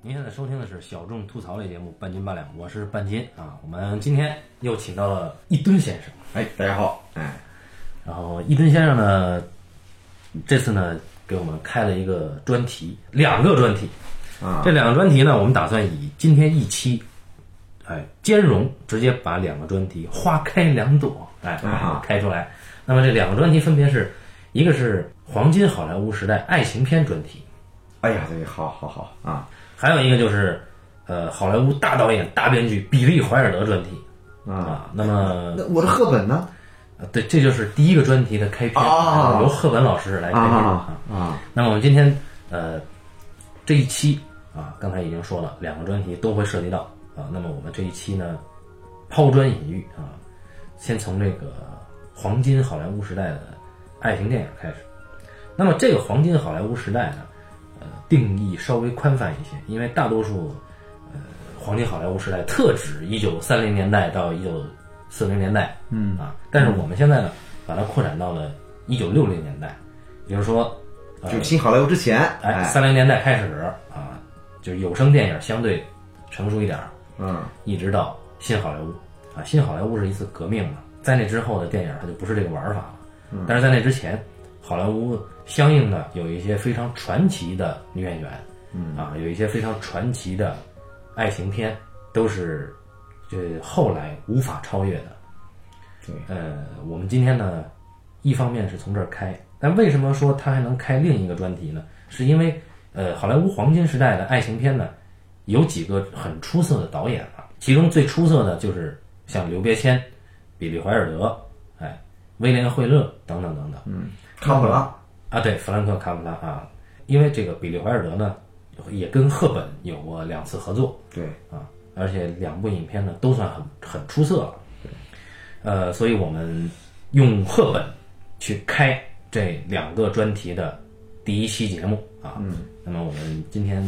您现在收听的是小众吐槽类节目《半斤八两》，我是半斤啊。我们今天又请到了一吨先生，哎，大家好，哎，然后一吨先生呢，这次呢给我们开了一个专题，两个专题。啊这两个专题呢，我们打算以今天一期，哎，兼容，直接把两个专题花开两朵，哎，啊开出来。那么这两个专题分别是，一个是黄金好莱坞时代爱情片专题，哎呀，这个好好好啊还有一个就是，呃，好莱坞大导演、大编剧比利·怀尔德专题啊，啊。那么，那我的赫本呢？呃对，这就是第一个专题的开篇，啊由赫本老师来开篇啊啊，那么我们今天呃这一期啊，刚才已经说了，两个专题都会涉及到啊。那么我们这一期呢，抛砖引玉啊，先从这个黄金好莱坞时代的爱情电影开始。那么这个黄金好莱坞时代呢，呃，定义稍微宽泛一些，因为大多数呃黄金好莱坞时代特指一九三零年代到一九四零年代，嗯啊，但是我们现在呢，把它扩展到了一九六零年代，也就是说啊就是新好莱坞之前，哎，哎，三零年代开始啊，就是有声电影相对成熟一点儿，嗯一直到新好莱坞啊，新好莱坞是一次革命嘛，在那之后的电影它就不是这个玩法了。但是在那之前，好莱坞相应的有一些非常传奇的女演员，啊，有一些非常传奇的爱情片，都是呃后来无法超越的。对，呃，我们今天呢，一方面是从这儿开，但为什么说它还能开另一个专题呢？是因为呃，好莱坞黄金时代的爱情片呢，有几个很出色的导演啊，其中最出色的就是像刘别谦、比利怀尔德、哎、威廉惠勒等等等等。康普拉，啊，对，弗兰克·卡普拉啊，因为这个比利怀尔德呢，也跟赫本有过两次合作对，啊，而且两部影片呢都算很很出色了。呃，所以我们用赫本去开这两个专题的第一期节目啊。嗯。那么我们今天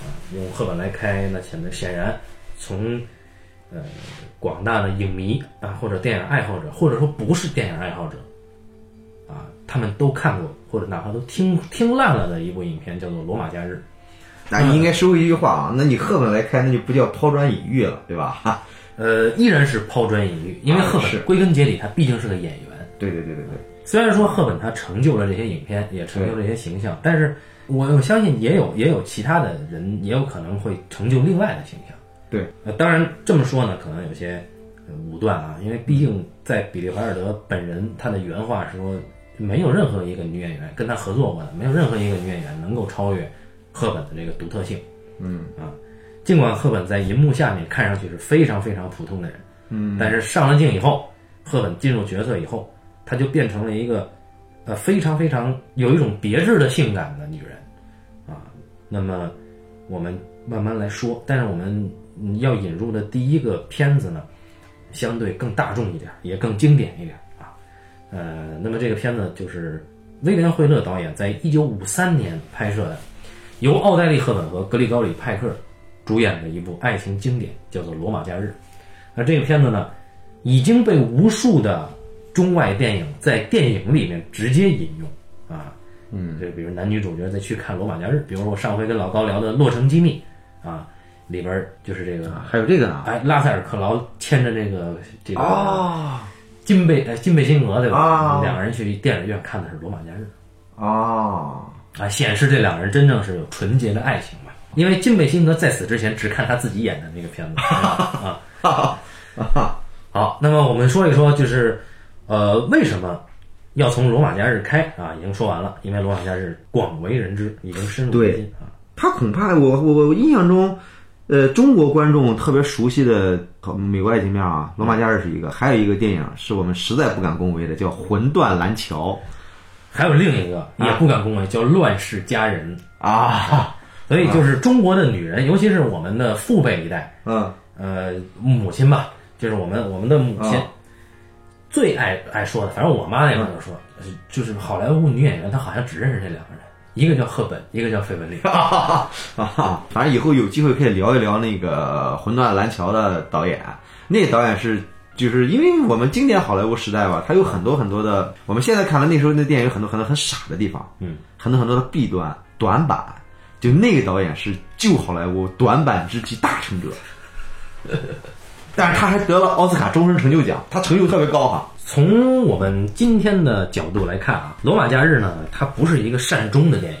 啊、用赫本来开，那显得显然从呃广大的影迷啊或者电影爱好者，或者说不是电影爱好者啊，他们都看过或者哪怕都听听烂了的一部影片，叫做《罗马假日》。那你应该说一句话啊，那你赫本来开，那就不叫抛砖引玉了，对吧？哈，呃，依然是抛砖引玉，因为啊赫是本归根结底他毕竟是个演员。对对对对对，虽然说赫本他成就了这些影片，也成就了这些形嗯象，但是我我相信也有也有其他的人也有可能会成就另外的形象。对，呃，当然这么说呢，可能有些呃武断啊，因为毕竟在比利怀尔德本人他的原话是说，没有任何一个女演员跟他合作过的，没有任何一个女演员能够超越赫本的这个独特性。嗯啊，尽管赫本在银幕下面看上去是非常非常普通的人，嗯，但是上了镜以后，赫本进入角色以后，她就变成了一个呃非常非常有一种别致的性感的女人啊。那么我们慢慢来说，但是我们嗯要引入的第一个片子呢，相对更大众一点，也更经典一点啊。呃，那么这个片子就是威廉·惠勒导演在一九五三年拍摄的，由奥黛丽·赫本和格里高里·派克主演的一部爱情经典，叫做《罗马假日》。那这个片子呢，已经被无数的中外电影在电影里面直接引用啊。嗯，就比如男女主角再去看《罗马假日》，比如我上回跟老高聊的《洛城机密》啊，里边儿就是这个啊还有这个呢，哎，拉塞尔·克劳牵着这个这个啊金贝呃金贝辛格对吧？啊两个人去电影院看的是《罗马假日啊，》啊，显示这两人真正是有纯洁的爱情嘛。因为金贝辛格在此之前只看他自己演的那个片子啊。好，那么我们说一说，就是呃，为什么要从《罗马假日》开啊？已经说完了，因为《罗马假日》广为人知，已经深入人心啊。他恐怕我我我印象中，呃，中国观众特别熟悉的好美国爱情片啊，《罗马假日》是一个，还有一个电影是我们实在不敢恭维的，叫《魂断蓝桥》还有另一个也不敢恭维，叫《乱世佳人》。啊，所以就是中国的女人，尤其是我们的父辈一代，嗯，呃，母亲吧，就是我们我们的母亲啊，最爱爱说的，反正我妈那会儿就说，呃就是好莱坞女演员，她好像只认识这两个人，一个叫赫本，一个叫费雯丽。啊，反正以后有机会可以聊一聊那个《魂断蓝桥》的导演，那导演是就是因为我们经典好莱坞时代吧，它有很多很多的，我们现在看了那时候那电影有很多很多很傻的地方，嗯，很多很多的弊端短板，就那个导演是旧好莱坞短板之极大成者， 但是他还得了奥斯卡终身成就奖，他成就特别高哈。从我们今天的角度来看啊，《罗马假日》呢，它不是一个善终的电影，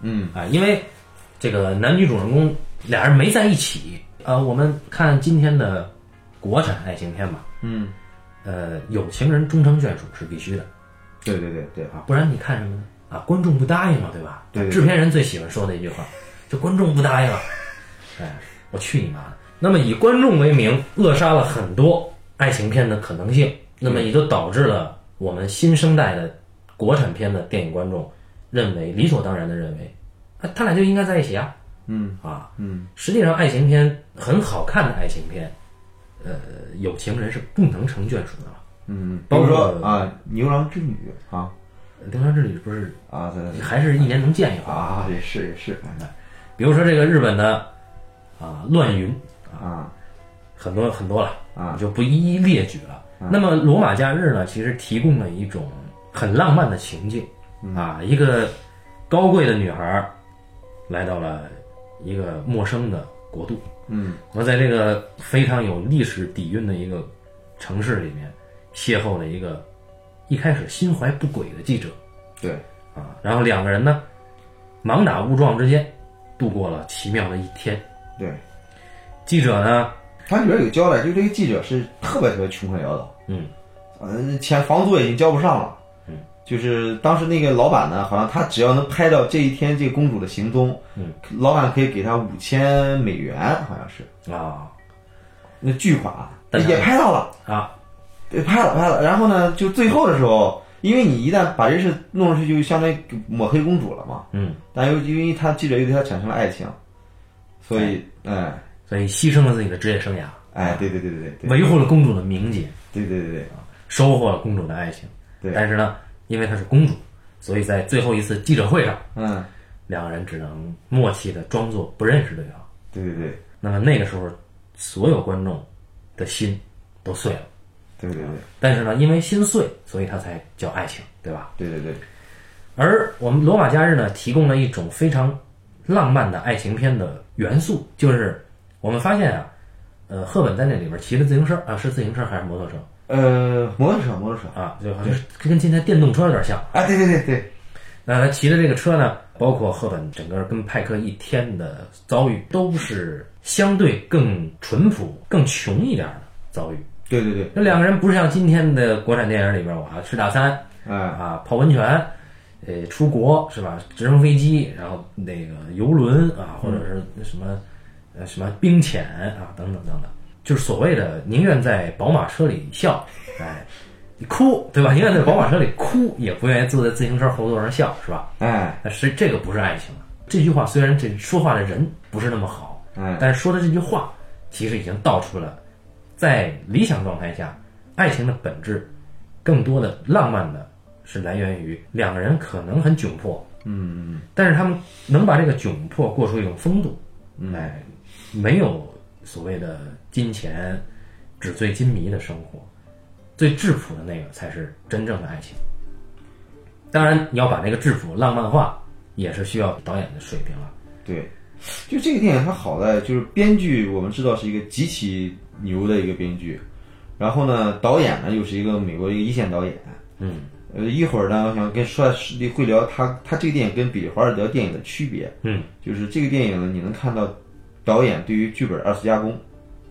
嗯啊，因为这个男女主人公俩人没在一起。呃，我们看今天的国产爱情片吧，嗯，呃，有情人终成眷属是必须的对对对对啊，啊，不然你看什么呢？啊，观众不答应了，对吧？对对对制片人最喜欢说的一句话，就观众不答应了， 哎，我去你妈的！那么以观众为名，扼杀了很多爱情片的可能性，那么也就导致了我们新生代的国产片的电影观众认为理所当然的认为，啊，他俩就应该在一起啊，嗯啊，嗯，实际上，爱情片很好看的爱情片，呃，有情人是不能成眷属的了。嗯，比包如括说啊，牛郎织女啊《流浪之旅》不是啊，对对对还是一年能见一回？啊，也是也是，反正比如说这个日本的啊，《乱云》啊很多很多了啊就不一一列举了。那么《罗马假日》呢，其实提供了一种很浪漫的情境啊，嗯一个高贵的女孩儿来到了一个陌生的国度，嗯我在这个非常有历史底蕴的一个城市里面，邂逅了一个一开始心怀不轨的记者对，啊，然后两个人呢，盲打误撞之间度过了奇妙的一天。对，记者呢，它里边有交代，就这个记者是特别特别穷困潦倒，嗯，嗯、钱房租已经交不上了，嗯，就是当时那个老板呢，好像他只要能拍到这一天这个公主的行踪，嗯，老板可以给他五千美元，好像是啊那巨款，啊但是也拍到了，啊，对，拍了拍了，然后呢，就最后的时候，因为你一旦把这事弄上去，就相当于抹黑公主了嘛，嗯，但又因为他记者又对他产生了爱情，所以，哎，所以牺牲了自己的职业生涯，哎，对对对对对对维护了公主的名节，对对对对啊，收获了公主的爱情。对但是呢，因为她是公主，所以在最后一次记者会上，嗯，两个人只能默契的装作不认识对方。对对对。那么那个时候，所有观众的心都碎了。对对但是呢，因为心碎，所以它才叫爱情，对吧？对对对对，而我们《罗马假日》呢，提供了一种非常浪漫的爱情片的元素，就是我们发现啊，呃，赫本在那里边骑着自行车啊，是自行车还是摩托车呃，摩托车，摩托车，啊？就好像是跟今天电动车有点像。啊，对对对对，那他骑着这个车呢，包括赫本整个跟派克一天的遭遇，都是相对更淳朴、更穷一点的遭遇。对对对，这两个人不是像今天的国产电影里边，我啊吃大餐哎，啊泡温泉，呃出国是吧？直升飞机，然后那个游轮啊，或者是什么呃什么冰潜啊等等等等，就是所谓的宁愿在宝马车里笑，哎，哭对吧？宁愿在宝马车里哭，也不愿意坐在自行车后座上笑是吧？哎，但是这个不是爱情啊。这句话虽然这说话的人不是那么好，嗯但是说的这句话其实已经道出了，在理想状态下，爱情的本质，更多的浪漫的是来源于两个人可能很窘迫，嗯，但是他们能把这个窘迫过出一种风度，哎，没有所谓的金钱纸醉金迷的生活，最质朴的那个才是真正的爱情。当然，你要把这个质朴浪漫化，也是需要导演的水平了。对，就这个电影它好在就是编剧，我们知道是一个极其牛的一个编剧，然后呢，导演呢又是一个美国的一个一线导演，嗯，呃，一会儿呢，我想跟说会聊他他这个电影跟彼得华尔德电影的区别，嗯，就是这个电影呢，你能看到导演对于剧本二次加工。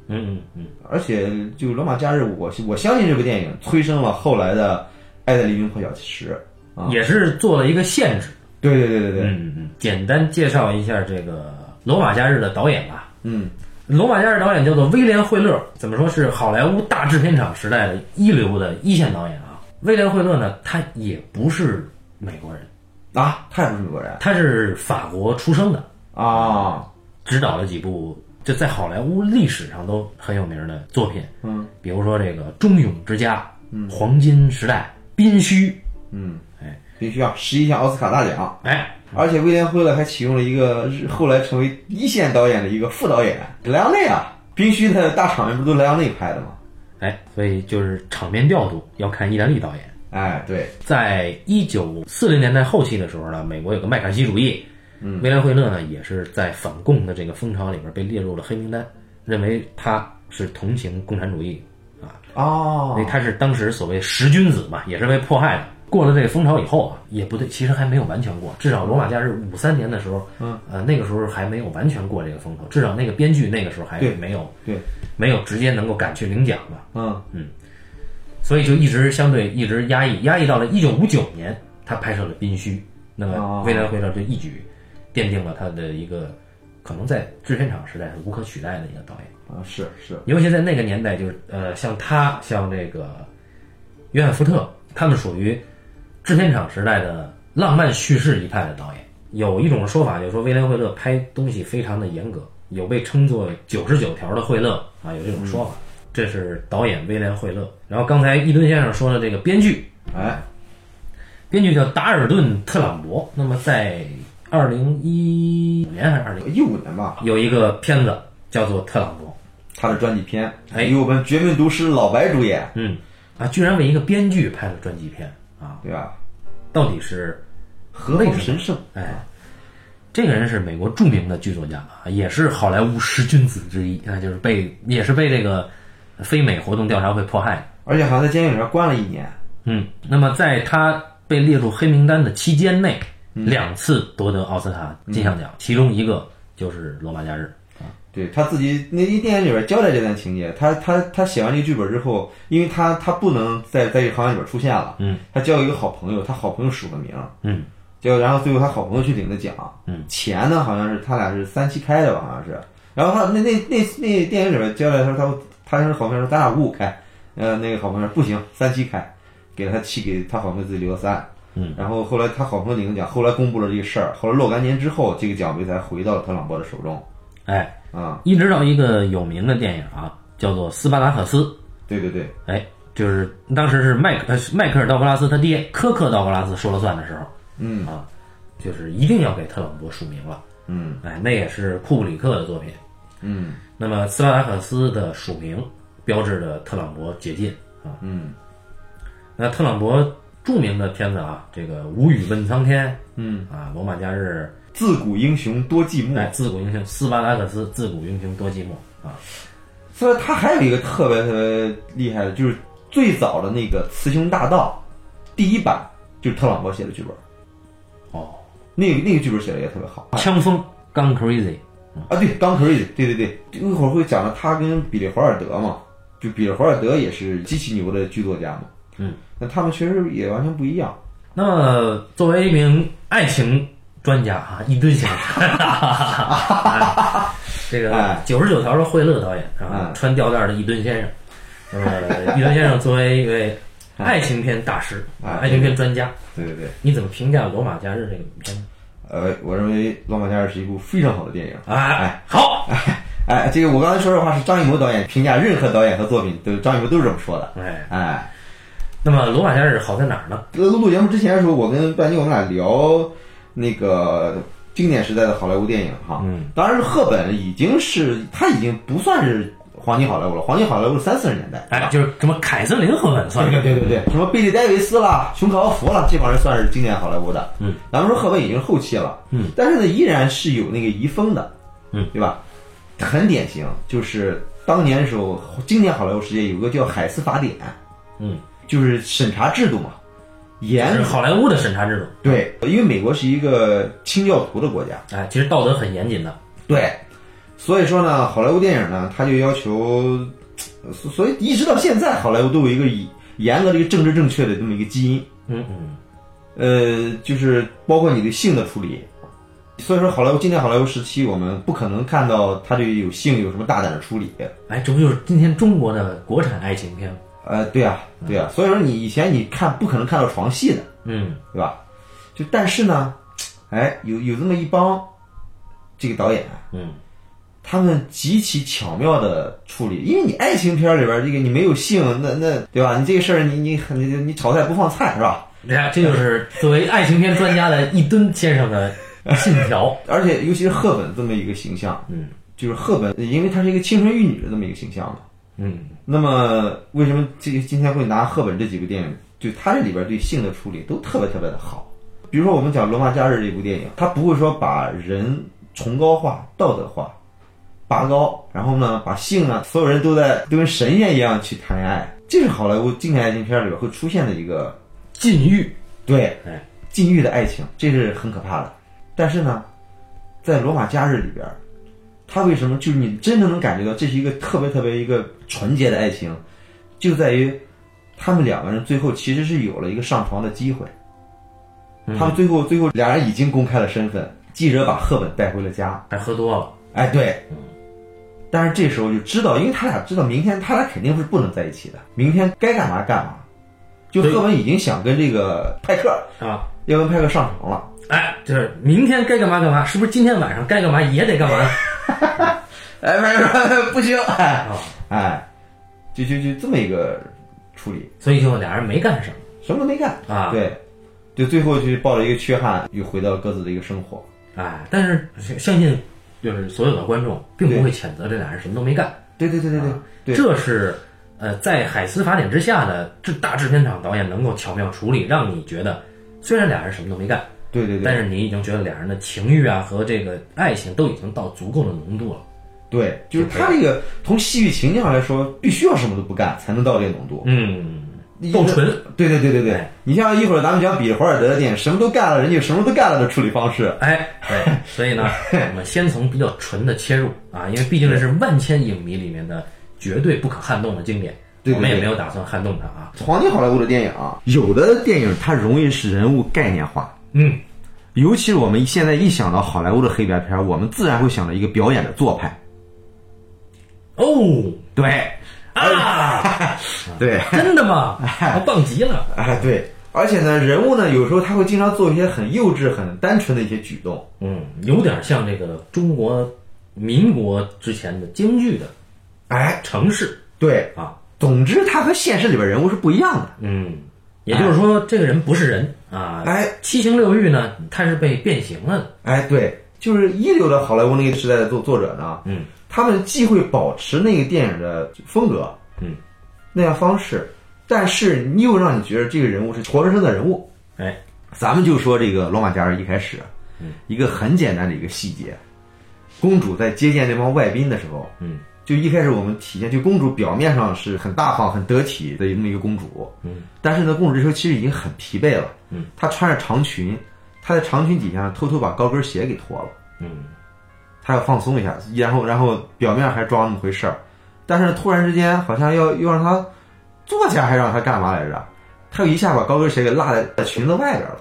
嗯嗯嗯，而且就《罗马假日》，我我相信这部电影催生了后来的《爱在黎明破晓时》啊，也是做了一个限制。对对对对对，嗯嗯，简单介绍一下这个《罗马假日》的导演吧。《嗯罗马假日》导演叫做威廉·惠勒，怎么说是好莱坞大制片厂时代的一流的一线导演啊。威廉·惠勒呢，他也不是美国人，啊，他也不是美国人他是法国出生的，啊，执导了几部就在好莱坞历史上都很有名的作品，嗯，比如说这个《忠勇之家》、嗯，《黄金时代》、《宾虚》，嗯，哎必须啊，十一项奥斯卡大奖，哎，而且威廉·惠勒还启用了一个日后来成为一线导演的一个副导演莱昂内啊，必须的大场面不都莱昂内拍的吗？哎，所以就是场面调度要看意大利导演。哎，对，在一九四零年代后期的时候呢，美国有个麦卡锡主义，威廉惠勒呢，也是在反共的这个风潮里边被列入了黑名单，认为他是同情共产主义，因哦为他是当时所谓十君子嘛，也是被迫害的。过了这个风潮以后啊，也不对，其实还没有完全过，至少罗马假日五三年的时候，嗯，呃，那个时候还没有完全过这个风头，至少那个编剧那个时候还对没有对，没有直接能够敢去领奖吧，嗯所以就一直相对一直压抑，压抑到了一九五九年，他拍摄了《宾虚》，那么哦未来回到这一举奠定了他的一个可能在制片厂时代是无可取代的一个导演，啊是是，尤其在那个年代，就是呃，像他像这个约翰福特，他们属于制片厂时代的浪漫叙事一派的导演。有一种说法就是说，威廉惠勒拍东西非常的严格，有被称作“九十九条的惠勒”啊，有这种说法。这是导演威廉惠勒。然后刚才伊顿先生说的这个编剧，哎编剧叫达尔顿·特朗博。那么在二零一五年还是二零，一五年吧，有一个片子叫做《特朗博》，他的专辑片，哎由我们绝命毒师老白主演，嗯，啊，居然为一个编剧拍了专辑片啊，对吧？到底是何为神圣？哎，这个人是美国著名的剧作家啊，也是好莱坞十君子之一，啊那就是被也是被这个非美活动调查会迫害的。而且好像在监狱里面关了一年，嗯，那么在他被列入黑名单的期间内，两次夺得奥斯卡金像奖，其中一个就是《罗马假日》。对他自己那一电影里边交代这段情节，他他他写完这个剧本之后，因为他他不能在在这个行业里边出现了，嗯，他交一个好朋友，他好朋友署个名，嗯，就然后最后他好朋友去领的奖，嗯，钱呢好像是他俩是三七开的吧，好像是，然后他那那那那电影里边交代他说他他跟好朋友说咱俩五五开，呃那个好朋友说不行三七开，给了他七给他好朋友自己留了三，嗯，然后后来他好朋友领的奖，后来公布了这个事儿，后来若干年之后，这个奖杯才回到了特朗普的手中，哎，啊、一直到一个有名的电影啊，叫做《斯巴达克斯》。对对对。哎，就是当时是迈克呃迈克尔道格拉斯他爹科克道格拉斯说了算的时候，嗯啊，就是一定要给特朗普署名了。嗯哎，那也是库布里克的作品。嗯那么斯巴达克斯的署名标志着特朗普解禁啊。嗯那特朗普著名的片子啊，这个《无语问苍天》嗯，啊，《罗马假日自古英雄多寂》寞。哎，自古英雄斯巴达克斯，自古英雄多寂寞啊。所以他还有一个特别特别厉害的，就是最早的那个《雌雄大盗》第一版，就是特朗普写的剧本。哦，那个那个剧本写的也特别好枪锋刚 crazy，啊！对，刚 crazy，对对对，一会儿会讲到他跟比利·华尔德嘛，就比利·华尔德也是极其牛的剧作家嘛。嗯，那他们确实也完全不一样。那么，作为一名爱情专家啊，一吨 先生，哎这个哎九十九条的惠勒导演啊嗯，穿吊带的一吨先生，那么一吨先生作为一位爱情片大师、哎爱情片专家，对对对，你怎么评价《罗马假日》这个片子？呃，我认为《罗马假日》是一部非常好的电影。哎，好，哎，这个我刚才说这话是张艺谋导演评价任何导演和作品，都张艺谋都是这么说的。哎，哎，那么《罗马假日》好在哪儿呢？录录节目之前的时候，我跟半斤我们俩聊那个经典时代的好莱坞电影哈。嗯，当然，赫本已经是他已经不算是黄金好莱坞了，黄金好莱坞是三四十年代。哎，就是什么凯瑟琳·赫本算对是对对对，什么贝利戴维斯啦、熊考夫啦，这帮人算是经典好莱坞的。嗯，咱们说赫本已经是后期了。嗯，但是呢，依然是有那个遗风的。嗯，对吧？很典型，就是当年的时候，经典好莱坞世界有个叫海斯法典，嗯，就是审查制度嘛，也严是好莱坞的审查制度，对，因为美国是一个清教徒的国家，哎，其实道德很严谨的，对，所以说呢，好莱坞电影呢，它就要求，呃所所以一直到现在，好莱坞都有一个以严格的一个政治正确的这么一个基因，嗯嗯，呃，就是包括你对性的处理。所以说，好莱坞今天好莱坞时期，我们不可能看到他对有性有什么大胆的处理。哎，这不就是今天中国的国产爱情片吗？呃，对啊，对啊，所以说你以前你看不可能看到床戏的，嗯。对吧？就但是呢，哎，有有这么一帮这个导演，啊嗯，他们极其巧妙的处理，因为你爱情片里边这个你没有性，那那对吧？你这个事儿你你你你炒菜不放菜是吧？你看，哎这就是作为爱情片专家的一吨先生的信条。而且尤其是赫本这么一个形象，嗯就是赫本，因为她是一个青春玉女的这么一个形象嘛。 嗯，那么为什么这今天会拿赫本这几部电影，就她这里边对性的处理都特别特别的好？比如说我们讲《罗马假日》这部电影，它不会说把人崇高化、道德化、拔高，然后呢，把性啊，所有人都在都跟神仙一样去谈恋爱，这是好莱坞经典爱情片里边会出现的一个禁欲，对哎，禁欲的爱情，这是很可怕的。但是呢，在《罗马假日》里边，它为什么就是你真的能感觉到这是一个特别特别一个纯洁的爱情，就在于他们两个人最后其实是有了一个上床的机会。他们最后最后俩人已经公开了身份，记者把赫本带回了家。还喝多了，哎，对，但是这时候就知道，因为他俩知道明天他俩肯定是不能在一起的，明天该干嘛干嘛。就对赫本已经想跟这个派克啊，要跟派克上床了，哎，就是明天该干嘛干嘛，是不是今天晚上该干嘛也得干嘛？哎，派克说不行，哎啊，哎，就就就这么一个处理，所以就俩人没干什么什么都没干，啊，对，就最后就抱着一个缺憾，又回到了各自的一个生活。哎，但是相相信就是所有的观众并不会谴责这俩人什么都没干，对对对对对对，啊这是呃在海斯法典之下的这大制片厂导演能够巧妙处理，让你觉得虽然俩人什么都没干，对对对但是你已经觉得俩人的情欲啊和这个爱情都已经到足够的浓度了。对，就是他这个从戏剧情境上来说，必须要什么都不干才能到这个浓度。嗯，够纯。对对对对对哎，你像一会儿咱们讲比利华尔德的电影，什么都干了，人家有什么都干了的处理方式。哎，对，所以 呢，我们先从比较纯的切入啊，因为毕竟这是万千影迷里面的绝对不可撼动的经典，对对对我们也没有打算撼动它啊。黄金好莱坞的电影啊，有的电影它容易是人物概念化，嗯，尤其是我们现在一想到好莱坞的黑白片，我们自然会想到一个表演的做派。哦对，啊，对， 真的 吗？我棒极了。哎对，而且呢，人物呢，有时候他会经常做一些很幼稚、很单纯的一些举动。嗯，有点像这个中国民国之前的京剧的哎，城市对，啊。总之他和现实里边人物是不一样的。嗯，也就是说，这个人不是人啊。哎，七情六欲呢，他是被变形了的。哎，对，就是一流的好莱坞那个时代的作作者呢，嗯，他们既会保持那个电影的风格，嗯，那样方式，但是你又让你觉得这个人物是活生生的人物。哎，咱们就说这个《罗马假日》一开始，嗯，一个很简单的一个细节，公主在接见那帮外宾的时候，嗯，就一开始我们体现，就公主表面上是很大方、很得体的那么一个公主，嗯，但是呢，公主这时候其实已经很疲惫了，嗯，她穿着长裙，她在长裙底下偷偷把高跟鞋给脱了，嗯，她要放松一下，然后然后表面还装那么回事儿，但是突然之间好像要又让她坐下，还让她干嘛来着？她又一下把高跟鞋给落在在裙子外边了。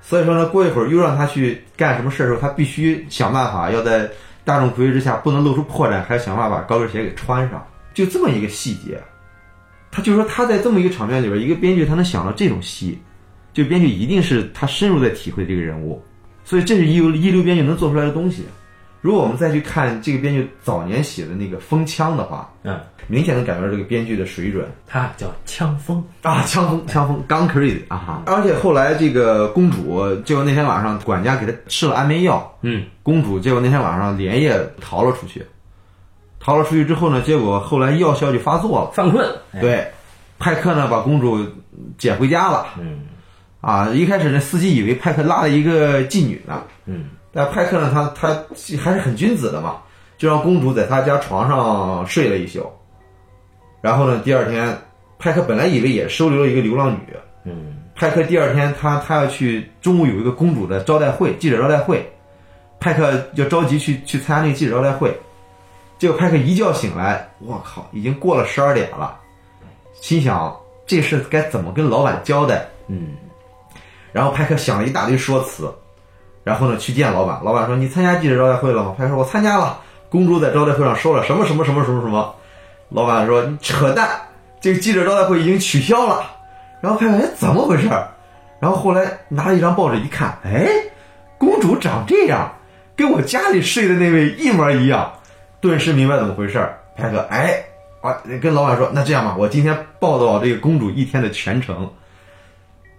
所以说呢，过一会儿又让她去干什么事儿的时候，她必须想办法要在大众回馈之下不能露出破绽，还要想办法把高跟鞋给穿上，就这么一个细节。他就说他在这么一个场面里边，一个编剧他能想到这种戏，就编剧一定是他深入在体会这个人物，所以这是一流一流编剧能做出来的东西。如果我们再去看这个编剧早年写的那个《风枪》的话，嗯，明显能感觉到这个编剧的水准他叫枪锋。啊，枪风枪风 gun crazy 啊哈！而且后来这个公主，结果那天晚上管家给她吃了安眠药，嗯，公主结果那天晚上连夜逃了出去，逃了出去之后呢，结果后来药效就发作了。犯困。哎，对，派克呢把公主捡回家了嗯啊！一开始那司机以为派克拉了一个妓女呢，嗯但派克呢他他还是很君子的嘛，就让公主在他家床上睡了一宿。然后呢，第二天派克本来以为也收留了一个流浪女，嗯派克第二天他他要去中午有一个公主的招待会，记者招待会，派克要着急去去参加那个记者招待会，结果派克一觉醒来，我靠，已经过了十二点了，心想这事该怎么跟老板交代？嗯，然后派克想了一大堆说辞，嗯然后呢去见老板，老板说你参加记者招待会了吗？派克说我参加了，公主在招待会上说了什么什么什么什么什么，老板说你扯淡，这个记者招待会已经取消了。然后派克哎怎么回事儿？然后后来拿了一张报纸一看，哎，公主长这样，跟我家里睡的那位一模一样，顿时明白怎么回事儿。派克哎啊跟老板说那这样吧，我今天报道这个公主一天的全程。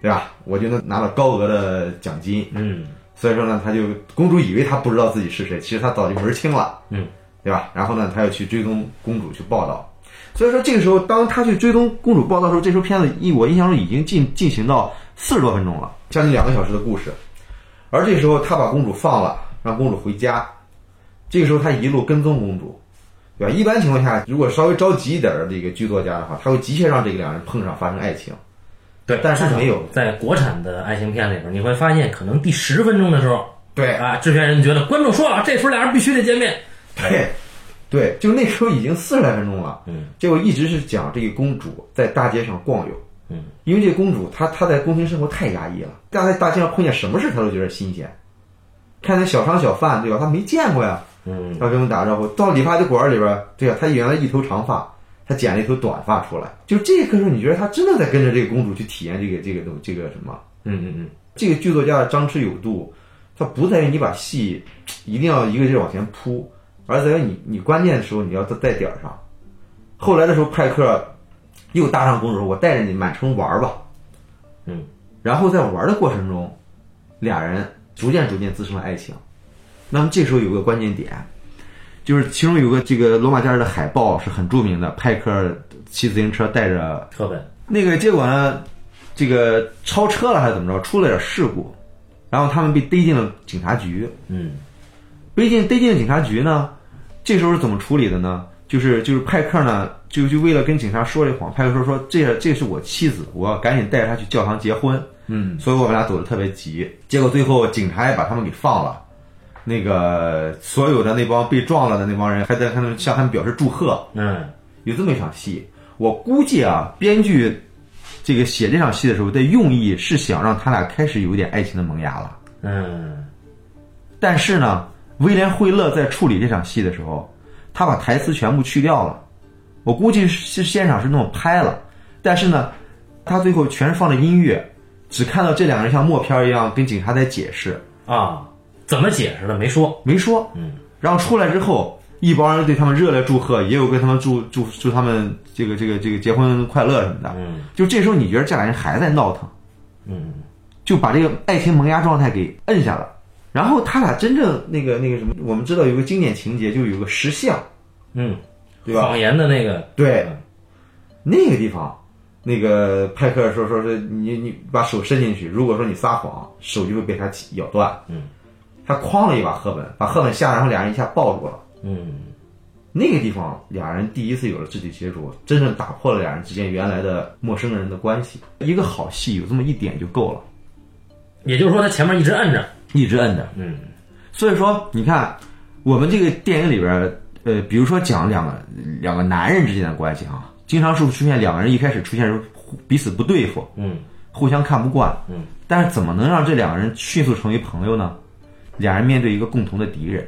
对吧？我就能拿到高额的奖金。嗯所以说呢，他就公主以为她不知道自己是谁，其实她早就门儿清了，嗯，对吧？然后呢，他又去追踪公主去报道。所以说这个时候，当他去追踪公主报道的时候，这时候片子一我印象中已经进进行到四十多分钟了。将近两个小时的故事。而这时候他把公主放了，让公主回家。这个时候他一路跟踪公主，对吧？一般情况下，如果稍微着急一点的这个剧作家的话，他会急切让这个两人碰上，发生爱情。对，但是至少没有在国产的爱情片里边，你会发现，可能第十分钟的时候，对啊，制片人觉得观众说了，这时候俩人必须得见面。对，对，就那时候已经四十来分钟了，嗯，结果一直是讲这个公主在大街上逛悠，嗯，因为这个公主她她在宫廷生活太压抑了，大在大街上碰见什么事她都觉得新鲜，看那小商小贩对吧，她没见过呀，嗯，她跟我们打招呼，到理发的馆里边儿，对呀、她原来一头长发。她剪了一头短发出来，就这个时候，你觉得她真的在跟着这个公主去体验这个这个东这个什么？嗯嗯嗯，这个剧作家的张弛有度，它不在于你把戏一定要一个劲儿往前扑，而在于你你关键的时候你要在在点儿上。后来的时候，派克又搭上公主，我带着你满城玩儿吧。嗯，然后在玩儿的过程中，俩人逐渐逐渐滋生了爱情。那么这时候有个关键点，就是其中有个这个罗马假日的海报是很著名的，派克骑自行车带着赫本，那个结果呢，这个超车了还是怎么着，出了点事故，然后他们被逮进了警察局。嗯被进逮进了警察局呢，这时候是怎么处理的呢？就是就是派克呢，就就为了跟警察说这谎，派克说说这这是我妻子，我要赶紧带着她去教堂结婚。嗯，所以我们俩走的特别急，结果最后警察也把他们给放了。那个所有的那帮被撞了的那帮人，还在他们向他们表示祝贺。嗯有这么一场戏，我估计啊，编剧这个写这场戏的时候的用意是想让他俩开始有点爱情的萌芽了。嗯但是呢，威廉惠勒在处理这场戏的时候，他把台词全部去掉了。我估计是现场是那么拍了，但是呢，他最后全是放着音乐，只看到这两个人像默片一样跟警察在解释，啊，怎么解释的没说。没说。嗯，然后出来之后，一帮人对他们热烈祝贺，也有跟他们祝祝祝他们这个这个这个结婚快乐什么的。嗯就这时候你觉得这俩人还在闹腾，嗯就把这个爱情萌芽状态给摁下了。然后他俩真正那个那个什么，我们知道有个经典情节，就有个石像，嗯，对吧？谎言的那个，对，那个地方，那个派克说说是你你把手伸进去，如果说你撒谎，手就会被他咬断。嗯，他哐了一把赫本，把赫本吓，然后俩人一下抱住了。嗯那个地方，俩人第一次有了肢体接触，真正打破了俩人之间原来的陌生人的关系。一个好戏有这么一点就够了，也就是说他前面一直摁着。一直摁着。嗯所以说，你看我们这个电影里边儿，呃，比如说讲两个两个男人之间的关系啊，经常是出现两个人一开始出现时候互彼此不对付，嗯互相看不惯，嗯，但是怎么能让这两个人迅速成为朋友呢？俩人面对一个共同的敌人，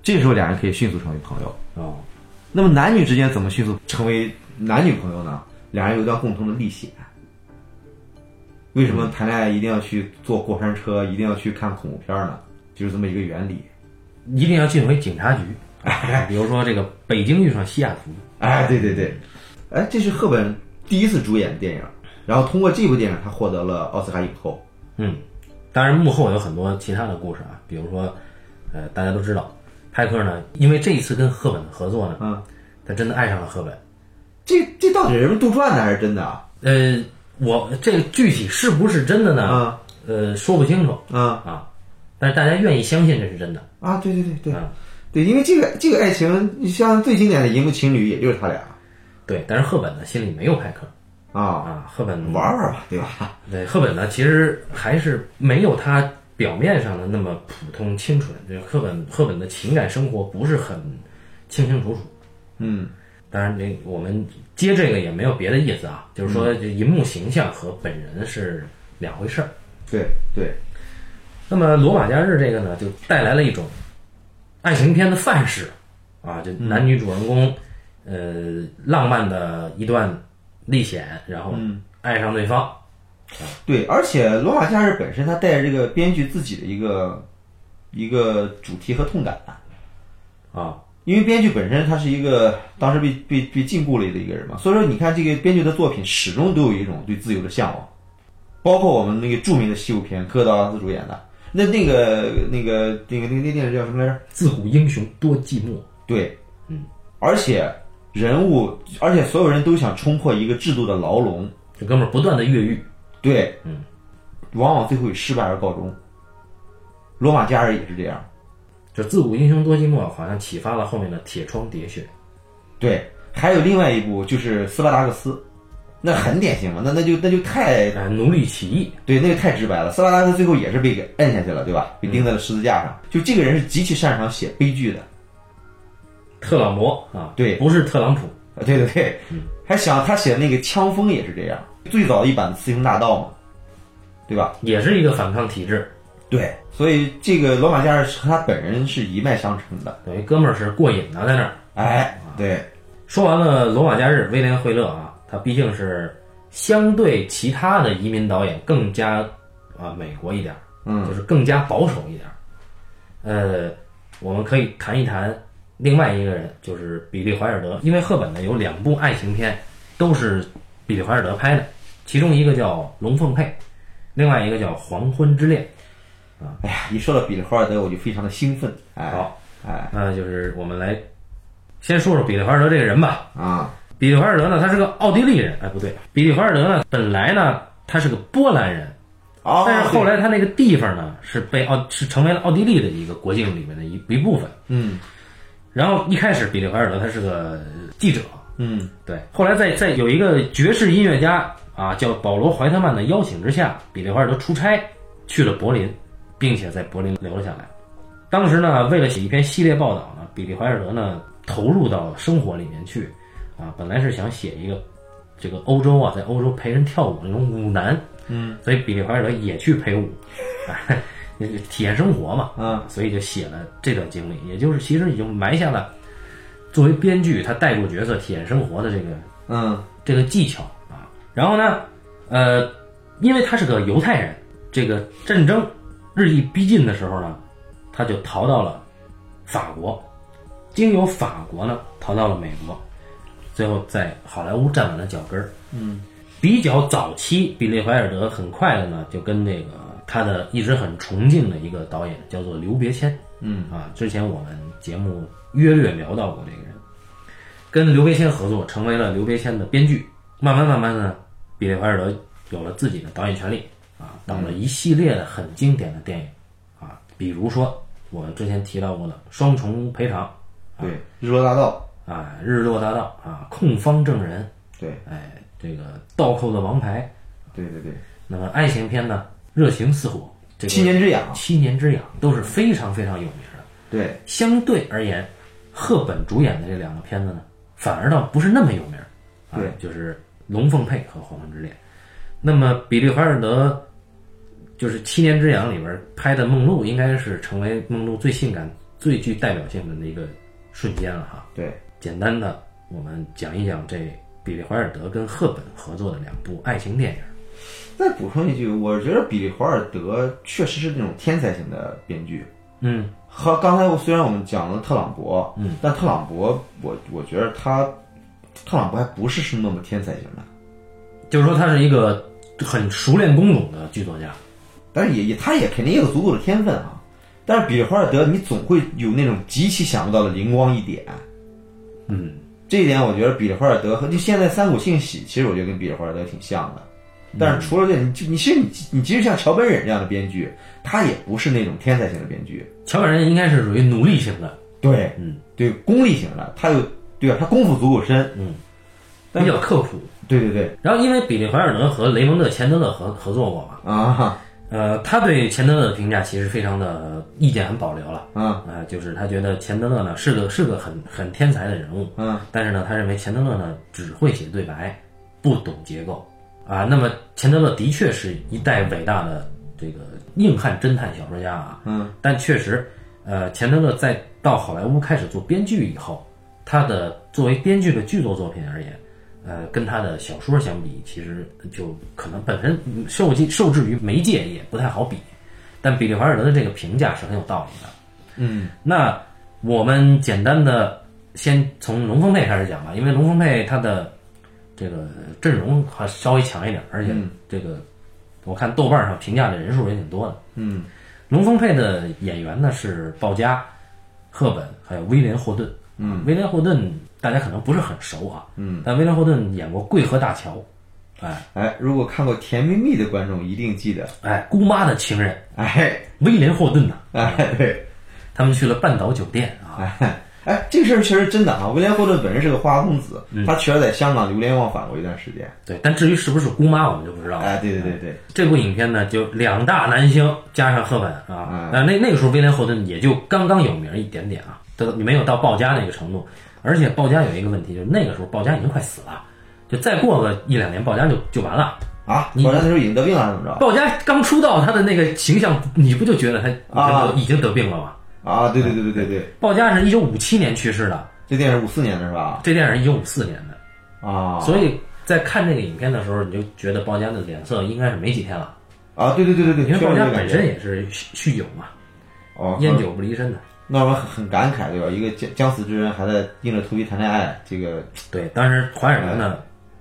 这时候俩人可以迅速成为朋友。哦那么男女之间怎么迅速成为男女朋友呢？俩人有一段共同的历险。为什么谈恋爱一定要去坐过山车，一定要去看恐怖片呢？就是这么一个原理。一定要进回警 察局。比如说这个北京遇上西雅图，哎，对对对，哎，这是赫本第一次主演的电影，然后通过这部电影，她获得了奥斯卡影后。嗯，当然幕后有很多其他的故事啊，比如说，呃，大家都知道，派克呢，因为这一次跟赫本的合作呢，嗯，他真的爱上了赫本。这这到底是人们杜撰的还是真的啊？呃，我这个具体是不是真的呢？啊呃，说不清楚啊啊，但是大家愿意相信这是真的。啊！对对对对、嗯对，因为这个这个爱情，你像最经典的银幕情侣，也就是他俩对，但是赫本呢心里没有派克啊，啊，赫本玩玩吧，对吧？对赫本呢其实还是没有他表面上的那么普通清纯，就是赫本赫本的情感生活不是很清清楚楚。嗯当然，这我们接这个也没有别的意思啊，就是说这银幕形象和本人是两回事儿。对对，那么《罗马假日》这个呢，就带来了一种爱情片的范式啊，就男女主人公，呃，浪漫的一段历险，然后爱上对方。对，而且《罗马假日》本身它带着这个编剧自己的一个一个主题和痛感啊，因为编剧本身他是一个当时被被被禁锢了的一个人嘛，所以说你看这个编剧的作品始终都有一种对自由的向往，包括我们那个著名的西部片科德劳拉斯主演的那那个那个那个那个那电影叫什么来着？自古英雄多寂寞。对，嗯，而且人物，而且所有人都想冲破一个制度的牢笼，这哥们儿不断的越狱，对，嗯，往往最后以失败而告终。罗马假日也是这样，就自古英雄多寂寞，好像启发了后面的铁窗喋血。对。还有另外一部就是《斯巴达克斯》，那很典型嘛，那那就那就太呃，奴隶起义，对，那个太直白了。斯巴达克最后也是被给摁下去了，对吧？被钉在了十字架上。就这个人是极其擅长写悲剧的，特朗摩啊，对不是特朗普，啊，对对对， 还想他写的那个《枪锋》也是这样，最早一版《刺行大盗》嘛，对吧？也是一个反抗体制，对，所以这个罗马假日和他本人是一脉相承的。等于哥们儿是过瘾呢，在那儿。哎，对，说完了罗马假日，威廉惠勒啊，他毕竟是相对其他的移民导演更加啊美国一点儿，嗯就是更加保守一点儿。呃，我们可以谈一谈另外一个人，就是比利怀尔德，因为赫本呢有两部爱情片都是比利怀尔德拍的，其中一个叫《龙凤配》，另外一个叫《黄昏之恋哎呀，一说到比利·怀尔德，我就非常的兴奋。》。哎，好，哎，那就是我们来先说说比利怀尔德这个人吧。啊，比利怀尔德呢，他是个奥地利人，哎，不对，比利怀尔德呢，本来呢他是个波兰人，哦，但是后，来他那个地方呢是被奥是成为了奥地利的一个国境里面的一一部分。嗯然后一开始比利怀尔德他是个记者，嗯，对，后来在在有一个爵士音乐家啊叫保罗怀特曼的邀请之下，比利怀尔德出差去了柏林，并且在柏林留了下来。当时呢，为了写一篇系列报道呢，比利怀尔德呢投入到生活里面去，啊，本来是想写一个这个欧洲啊，在欧洲陪人跳舞那种舞男，嗯，所以比利怀尔德也去陪舞，啊， 体验生活嘛，啊，所以就写了这段经历，也就是其实已经埋下了作为编剧他带入角色体验生活的这个嗯这个技巧啊。然后呢，呃，因为他是个犹太人，这个战争日益逼近的时候呢，他就逃到了法国，经由法国呢逃到了美国，最后在好莱坞站稳了脚跟儿。嗯，比较早期，比利怀尔德很快的呢就跟这个他的一直很崇敬的一个导演叫做刘别谦，嗯啊，之前我们节目约略聊到过这个人，跟刘别谦合作，成为了刘别谦的编剧。慢慢慢慢呢，比利怀尔德有了自己的导演权利啊，导嗯了一系列的很经典的电影啊，比如说我们之前提到过的《双重赔偿对，《日落大道啊，《日落大道》啊，《控方证人》，》，对，哎，这个《倒扣的王牌》。对对对，那么爱情片呢，《热情似火》这个《七年之痒》，七年之痒都是非常非常有名的。对，相对而言，赫本主演的这两个片子呢，反而倒不是那么有名儿。啊对就是《龙凤配》和《黄昏之恋》。那么，比利怀尔德就是《七年之痒》里边拍的梦露，应该是成为梦露最性感、最具代表性的一个瞬间了哈。对，简单的，我们讲一讲这比利怀尔德跟赫本合作的两部爱情电影。再补充一句，我觉得比利·怀尔德确实是那种天才型的编剧。嗯，和刚才我虽然我们讲了特朗普，嗯，但特朗普，我我觉得他，特朗普还不是是那么天才型的，就是说他是一个很熟练工种的剧作家。但是也也他也肯定也有足够的天分啊。但是比利·怀尔德，你总会有那种极其想不到的灵光一点，嗯，这一点我觉得比利·怀尔德和就现在三股幸喜，其实我觉得跟比利·怀尔德挺像的。但是除了这，你就你其实你你即使像桥本忍这样的编剧，他也不是那种天才型的编剧，桥本人应该是属于奴隶型的，对，嗯，对，功利型的，他有对啊吧？他功夫足够深，嗯，但比是较刻苦。对对对然后因为比利怀尔德和雷蒙德·钱德勒合合作过嘛，啊呃，他对钱德勒的评价其实非常的意见很保留了，啊呃，就是他觉得钱德勒呢是个是个很很天才的人物，啊但是呢，他认为钱德勒呢只会写对白，不懂结构啊。那么钱德勒的确是一代伟大的这个硬汉侦探小说家啊，嗯，但确实，呃，钱德勒在到好莱坞开始做编剧以后，他的作为编剧的剧作作品而言，呃，跟他的小说相比，其实就可能本身嗯受制受制于媒介也不太好比。但比利怀尔德的这个评价是很有道理的。嗯，那我们简单的先从龙凤配开始讲吧，因为龙凤配它的这个阵容还稍微强一点，而且嗯这个我看豆瓣上评价的人数也挺多的。嗯，龙凤配的演员呢是鲍嘉、赫本还有威廉霍顿。嗯，威廉霍顿大家可能不是很熟啊。嗯，但威廉霍顿演过《桂河大桥》哎哎，如果看过《甜蜜蜜》的观众一定记得，哎，姑妈的情人哎威廉霍顿呐、哎对，他们去了半岛酒店啊，哎 哎，这个事儿确实真的啊。威廉霍顿本身是个花花公子，嗯他确实在香港流连忘返过一段时间。对，但至于是不是姑妈，我们就不知道了。哎，对对对对，这部影片呢，就两大男星加上赫本啊，那那那个时候威廉霍顿也就刚刚有名一点点啊，都没有到鲍家那个程度。而且鲍家有一个问题，就是那个时候鲍家已经快死了，就再过个一两年鲍家就就完了。啊，你好像那时候已经得病了，还是怎么着？鲍家刚出道，他的那个形象，你不就觉得他已经得、啊已经得病了吗？啊，对对对对对对，鲍家是一九五七年去世的，这电影五四年的是吧？这电影一九五四年的，啊，所以在看这个影片的时候，你就觉得鲍家的脸色应该是没几天了，啊，对对对对对，因为确鲍实家有本感觉身也是酗酗酒嘛，哦，烟酒不离身的。那我们很很感慨对吧？一个将将死之人还在硬着头皮谈恋爱，这个对，当时怀尔嗯德呢，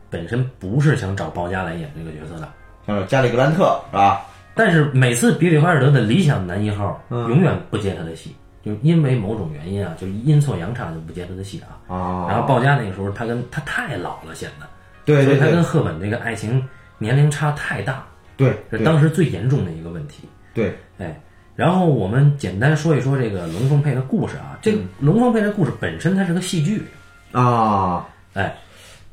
本身不是想找鲍家来演这个角色的，像是加里格兰特是吧？但是每次比利怀尔德的理想男一号嗯永远不接他的戏，就因为某种原因啊，就阴错阳差就不接他的戏啊。啊，然后鲍家那个时候他跟他太老了，显得，对所对以他对跟赫本这个爱情年龄差太大，对这对当时最严重的一个问题。对，哎，然后我们简单说一说这个《龙凤配》的故事啊。这个嗯《龙凤配》的故事本身它是个戏剧，啊，哎，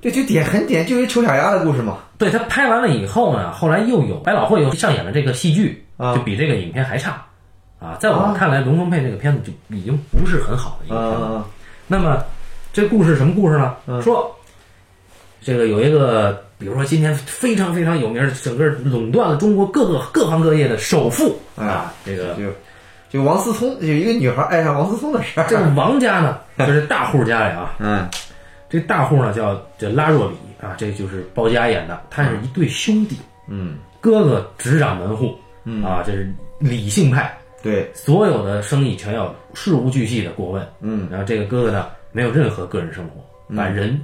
对，就典很典，就是丑小鸭的故事嘛。对他拍完了以后呢，后来又有百老汇又上演了这个戏剧，啊就比这个影片还差，啊，在我看来，《龙凤配》这个片子就已经不是很好的一个片子。嗯那么这故事是什么故事呢？说这个有一个，比如说今天非常非常有名，整个垄断了中国各个各行各业的首富啊，这个就就王思聪，有一个女孩爱上王思聪的事这儿。个王家呢，就是大户家里啊，嗯这大户呢叫这拉若里啊，这就是包家演的，他是一对兄弟，嗯，哥哥执掌门户，啊，这是理性派，对，所有的生意全要事无巨细的过问，嗯，然后这个哥哥呢没有任何个人生活，把人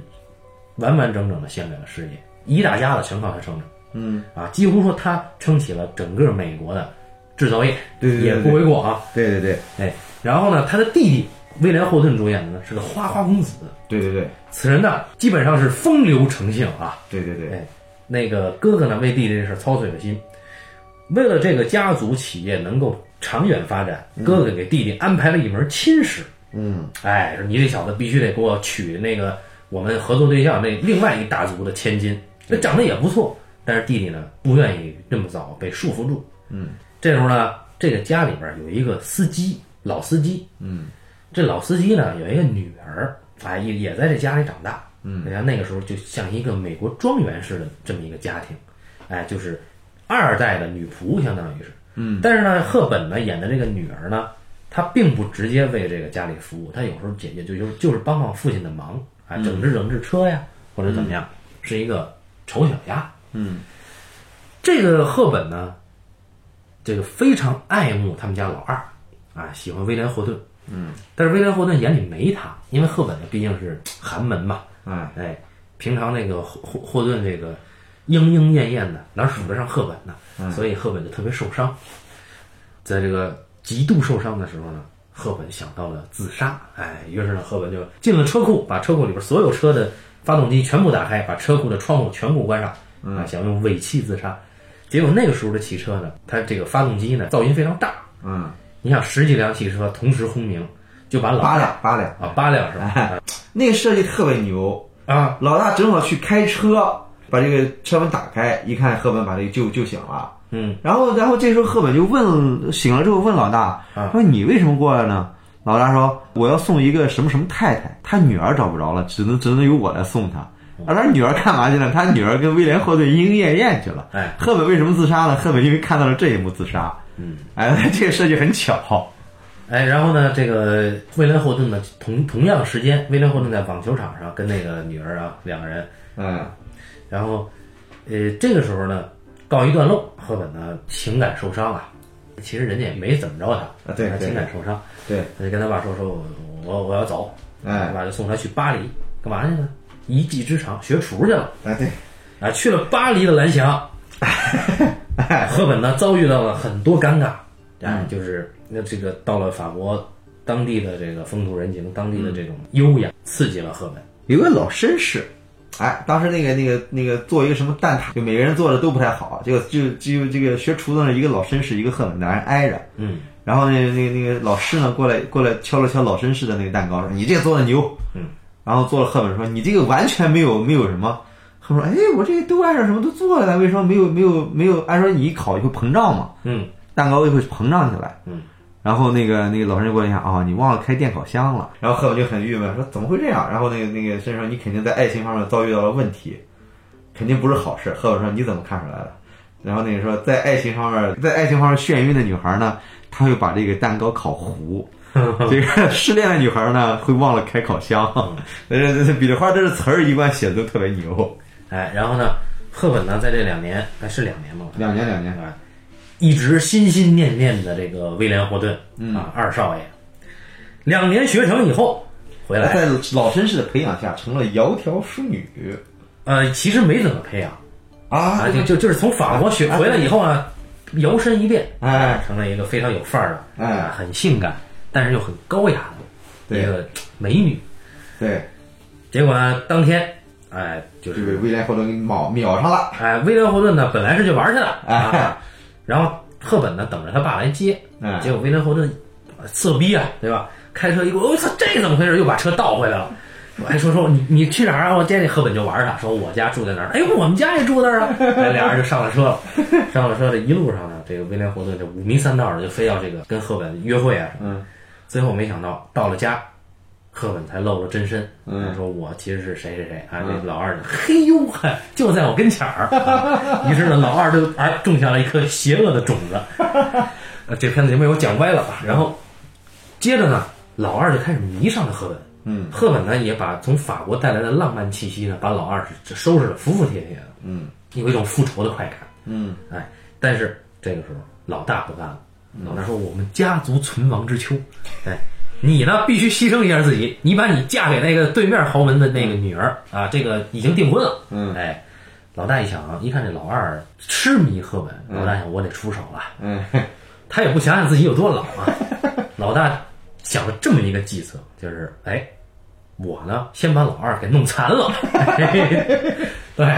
完完整整的献给了事业，一大家子全靠他撑着，嗯啊，几乎说他撑起了整个美国的制造业，对对对也不为过啊，对对对哎，然后呢，他的弟弟威廉霍顿主演的呢是个花花公子，对对对此人呢基本上是风流成性啊，对对对，哎，那个哥哥呢为弟弟这事儿操碎了心，为了这个家族企业能够长远发展，哥哥给弟弟安排了一门亲事。嗯哎，说你这小子必须得给我娶那个我们合作对象那另外一大族的千嗯金，那长得也不错，但是弟弟呢不愿意这么早被束缚住。嗯，这时候呢，这个家里边有一个司机，老司机，嗯这老司机呢有一个女儿，哎也也在这家里长大。嗯，人家那个时候就像一个美国庄园式的这么一个家庭，哎，就是二代的女仆，相当于是。嗯，但是呢，赫本呢演的这个女儿呢，她并不直接为这个家里服务，她有时候姐姐就就是就是帮帮父亲的忙啊，嗯整治整治车呀，或者怎么样，是一个丑小鸭。嗯这个赫本呢，这个非常爱慕他们家老二，啊，喜欢威廉霍顿。嗯，但是威廉霍顿眼里没他，因为赫本呢毕竟是寒门嘛，哎哎，平常那个霍霍霍顿这个莺莺燕燕的，哪数得上赫本呢？嗯所以赫本就特别受伤。在这个极度受伤的时候呢，赫本想到了自杀。哎，于是呢，赫本就进了车库，把车库里边所有车的发动机全部打开，把车库的窗户全部关上，啊，想用尾气自杀。结果那个时候的汽车呢，它这个发动机呢噪音非常大，嗯，你想十几辆汽车同时轰鸣，就把老八两八两，啊八辆是吧？那个设计特别牛。啊，老大正好去开车，把这个车门打开，一看赫本把这个救救醒了。嗯，然后然后这时候赫本就问醒了之后问老大啊说：“你为什么过来呢？”老大说：“我要送一个什么什么太太，她女儿找不着了，只能只能由我来送她。”而他女儿干嘛去了？他女儿跟威廉霍顿莺莺燕燕去了。哎，赫本为什么自杀呢？赫本因为看到了这一幕自杀。嗯，哎， 这个设计很巧。哎，然后呢，这个威廉霍顿呢，同同样时间，威廉霍顿在网球场上跟那个女儿啊两个人，嗯然后，呃，这个时候呢，告一段落，赫本呢情感受伤啊，其实人家也没怎么着他，啊对他对情感受伤，对，他就跟他爸说说我我我要走，哎他爸就送他去巴黎干嘛去呢？一技之长学厨去了，啊对，啊，去了巴黎的蓝 翔，赫本呢遭遇到了很多尴尬，嗯啊，就是那这个到了法国嗯当地的这个风土人情，当地的这种优雅，刺激了赫本。有个老绅士，哎，当时那个那个那个做一个什么蛋挞，就每个人做的都不太好，结果就就这个学厨子呢，一个老绅士，一个贺本男人挨着，嗯，然后那那那个老师呢过来过来敲了敲老绅士的那个蛋糕，说你这个做的牛，嗯，然后做了贺本说你这个完全没有没有什么，贺本说哎我这个都按照什么都做了，为什么没有没有没有？按说你一烤就会膨胀嘛，嗯蛋糕就会膨胀起来。嗯，然后那个那个老师就过来一下啊、你忘了开电烤箱了。然后贺本就很郁闷，说怎么会这样？然后那个那个绅士说，你肯定在爱情方面遭遇到了问题，肯定不是好事。贺本说你怎么看出来的？然后那个说在爱情方面，在爱情方面眩晕的女孩呢，她会把这个蛋糕烤糊。 这个失恋的女孩呢，会忘了开烤箱。 这这这彼得花这是词儿一贯写的特别牛。哎，然后呢，赫本呢在这两年，哎是两年吗？两年两年，啊，一直心心念念的这个威廉·霍顿、嗯啊，二少爷，两年学成以后回来，在老绅士的培养下，成了窈窕淑女呃，其实没怎么培养啊啊，就就就是从法国学回来以后呢，摇身一变，哎，成了一个非常有范儿的，哎啊很性感，但是又很高雅的对一个美女。对，结果呢，当天，哎，就就是被威廉霍顿给秒秒上了。哎，威廉·霍顿呢，本来是去玩去了啊，然后赫本呢等着他爸来接，哎结果威廉·霍顿色逼啊，对吧？开车一过，我操，这怎么回事？又把车倒回来了。我还说说你你去哪儿啊？我接你。赫本就玩他，说我家住在哪儿？哎，我们家也住那儿啊。哎，俩人就上了车了，上了车这一路上呢，这个威廉·霍顿这五迷三道的，就非要这个跟赫本约会啊什么。嗯，最后没想到到了家，赫本才露了真身，嗯她说我其实是谁谁谁啊，嗯这老二就嘿呦嘿，就在我跟前儿、 啊于是呢，老二就哎种下了一颗邪恶的种子。 呃这片子就被我讲歪了啊。嗯然后接着呢，老二就开始迷上了赫本，嗯，赫本呢也把从法国带来的浪漫气息呢，把老二是收拾的服服帖帖的，嗯有一种复仇的快感。嗯哎，但是这个时候老大不干了，老大说我们家族存亡之秋，哎，你呢必须牺牲一下自己，你把你嫁给那个对面豪门的那个女儿啊，这个已经订婚了，嗯哎，老大一想啊，一看这老二痴迷赫本，老大想我得出手了，嗯，他也不想想自己有多老 啊，老大想了这么一个计策，就是哎。我呢，先把老二给弄残了， 对，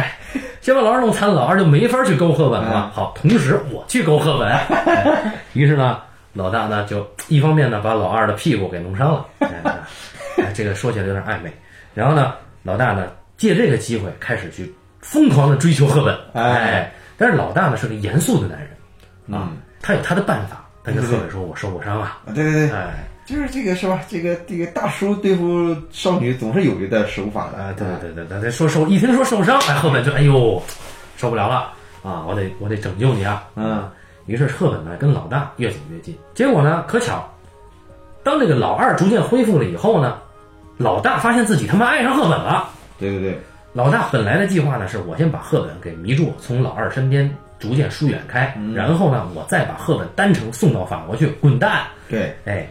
先把老二弄残，老二就没法去勾赫本了。好，同时我去勾赫本，哎 于是呢，老大呢就一方面呢把老二的屁股给弄伤了，哎哎这个说起来有点暧昧。然后呢，老大呢借这个机会开始去疯狂的追求赫本，哎，但是老大呢是个严肃的男人啊，他有他的办法。他跟赫本说：“我受过伤啊，对对对，哎，就是这个是吧？这个这个大叔对付少女总是有一点手法的啊，对对对对，他说受一听说受伤，哎，赫本就哎呦，受不了了啊，我得我得拯救你啊！嗯于是赫本呢跟老大越走越近，结果呢，可巧，当这个老二逐渐恢复了以后呢，老大发现自己他妈爱上赫本了。对对对，老大本来的计划呢，是我先把赫本给迷住，从老二身边逐渐疏远开，然后呢，我再把赫本单程送到法国去，滚蛋！对，哎，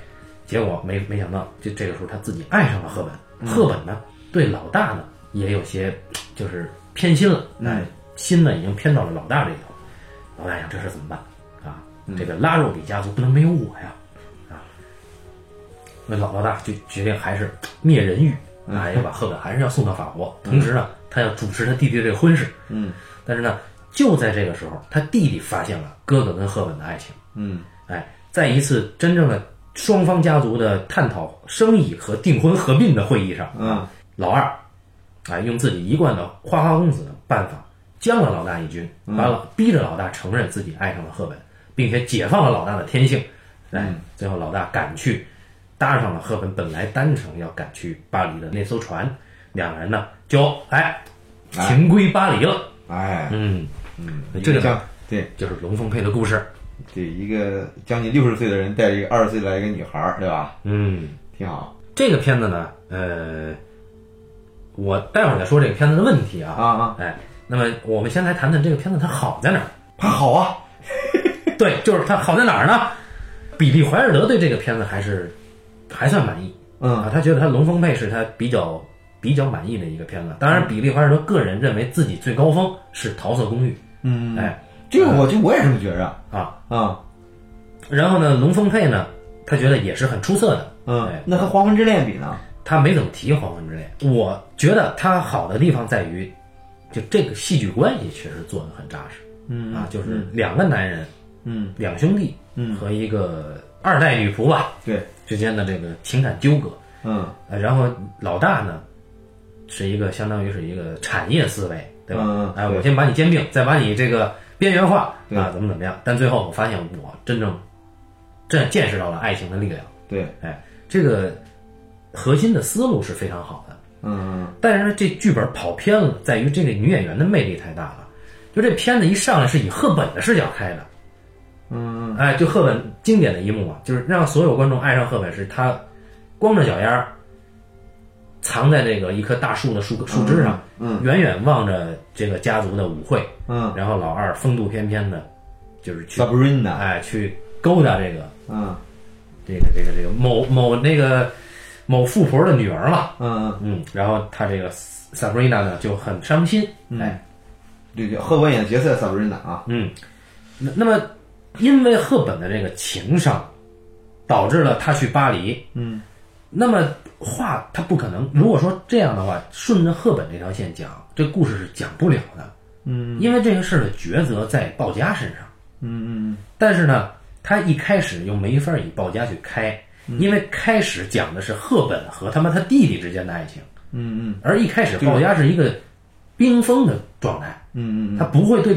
结果没没想到，就这个时候他自己爱上了赫本。赫本呢，对老大呢也有些就是偏心了，哎，心呢已经偏到了老大这里头。老大想这事怎么办啊？这个拉若比家族不能没有我呀，啊，那老老大就决定还是灭人欲啊，要把赫本还是要送到法国，同时呢，他要主持他弟弟这个婚事。嗯但是呢，就在这个时候，他弟弟发现了哥哥跟赫本的爱情。嗯哎，在一次真正的双方家族的探讨生意和订婚合并的会议上，嗯老二，哎，用自己一贯的花花公子的办法，将了老大一军，嗯把老逼着老大承认自己爱上了赫本，并且解放了老大的天性。哎，嗯最后老大赶去搭上了赫本本来单程要赶去巴黎的那艘船，两人呢就哎情归巴黎了。哎，嗯，嗯这个像对就是龙凤配的故事。对一个将近六十岁的人带着一个二十岁的一个女孩儿，对吧？嗯。挺好这个片子呢，呃，我待会儿再说这个片子的问题啊啊。啊，哎，那么我们先来谈谈这个片子它好在哪儿？他好啊，对，就是它好在哪儿呢？比利怀尔德对这个片子还是还算满意啊嗯，他觉得他《龙凤配》是他比较比较满意的一个片子。当嗯然，比利怀尔德个人认为自己最高峰是《桃色公寓》。嗯哎这个我就我也这么觉着啊，啊，然后呢，《龙凤配》呢，他觉得也是很出色的。嗯哎，那和《黄昏之恋》比呢？他没怎么提黄昏之恋。我觉得他好的地方在于，就这个戏剧关系确实做得很扎实。嗯啊，就是两个男人，嗯，两兄弟，嗯，和一个二代女仆吧嗯对，之间的这个情感纠葛。嗯呃，然后老大呢，是一个相当于是一个产业思维，对吧？嗯嗯哎，对我先把你兼并，再把你这个边缘化对啊，怎么怎么样？但最后我发现，我真正真见识到了爱情的力量。对，哎，这个核心的思路是非常好的，嗯但是呢，这剧本跑偏了，在于这个女演员的魅力太大了。就这片子一上来是以赫本的视角开的，嗯哎，就赫本经典的一幕嘛，啊就是让所有观众爱上赫本是她光着脚丫儿，藏在这个一棵大树的树树枝上，嗯远远望着这个家族的舞会，嗯然后老二风度翩翩的，就是去，Sabrina，哎去勾搭这个嗯这个这个这个某某那个某富婆的女儿嘛，嗯嗯，然后他这个 Sabrina 呢就很伤心，嗯，哎，对对，赫本演的角色 Sabrina 啊，嗯，那那么因为赫本的这个情商，导致了他去巴黎，嗯，那么话他不可能，如果说这样的话，顺着赫本这条线讲，这故事是讲不了的，嗯因为这个事儿的抉择在鲍家身上，嗯嗯但是呢，他一开始又没法以鲍家去开，嗯因为开始讲的是赫本和他妈他弟弟之间的爱情，嗯嗯而一开始鲍家是一个冰封的状态，嗯嗯他不会对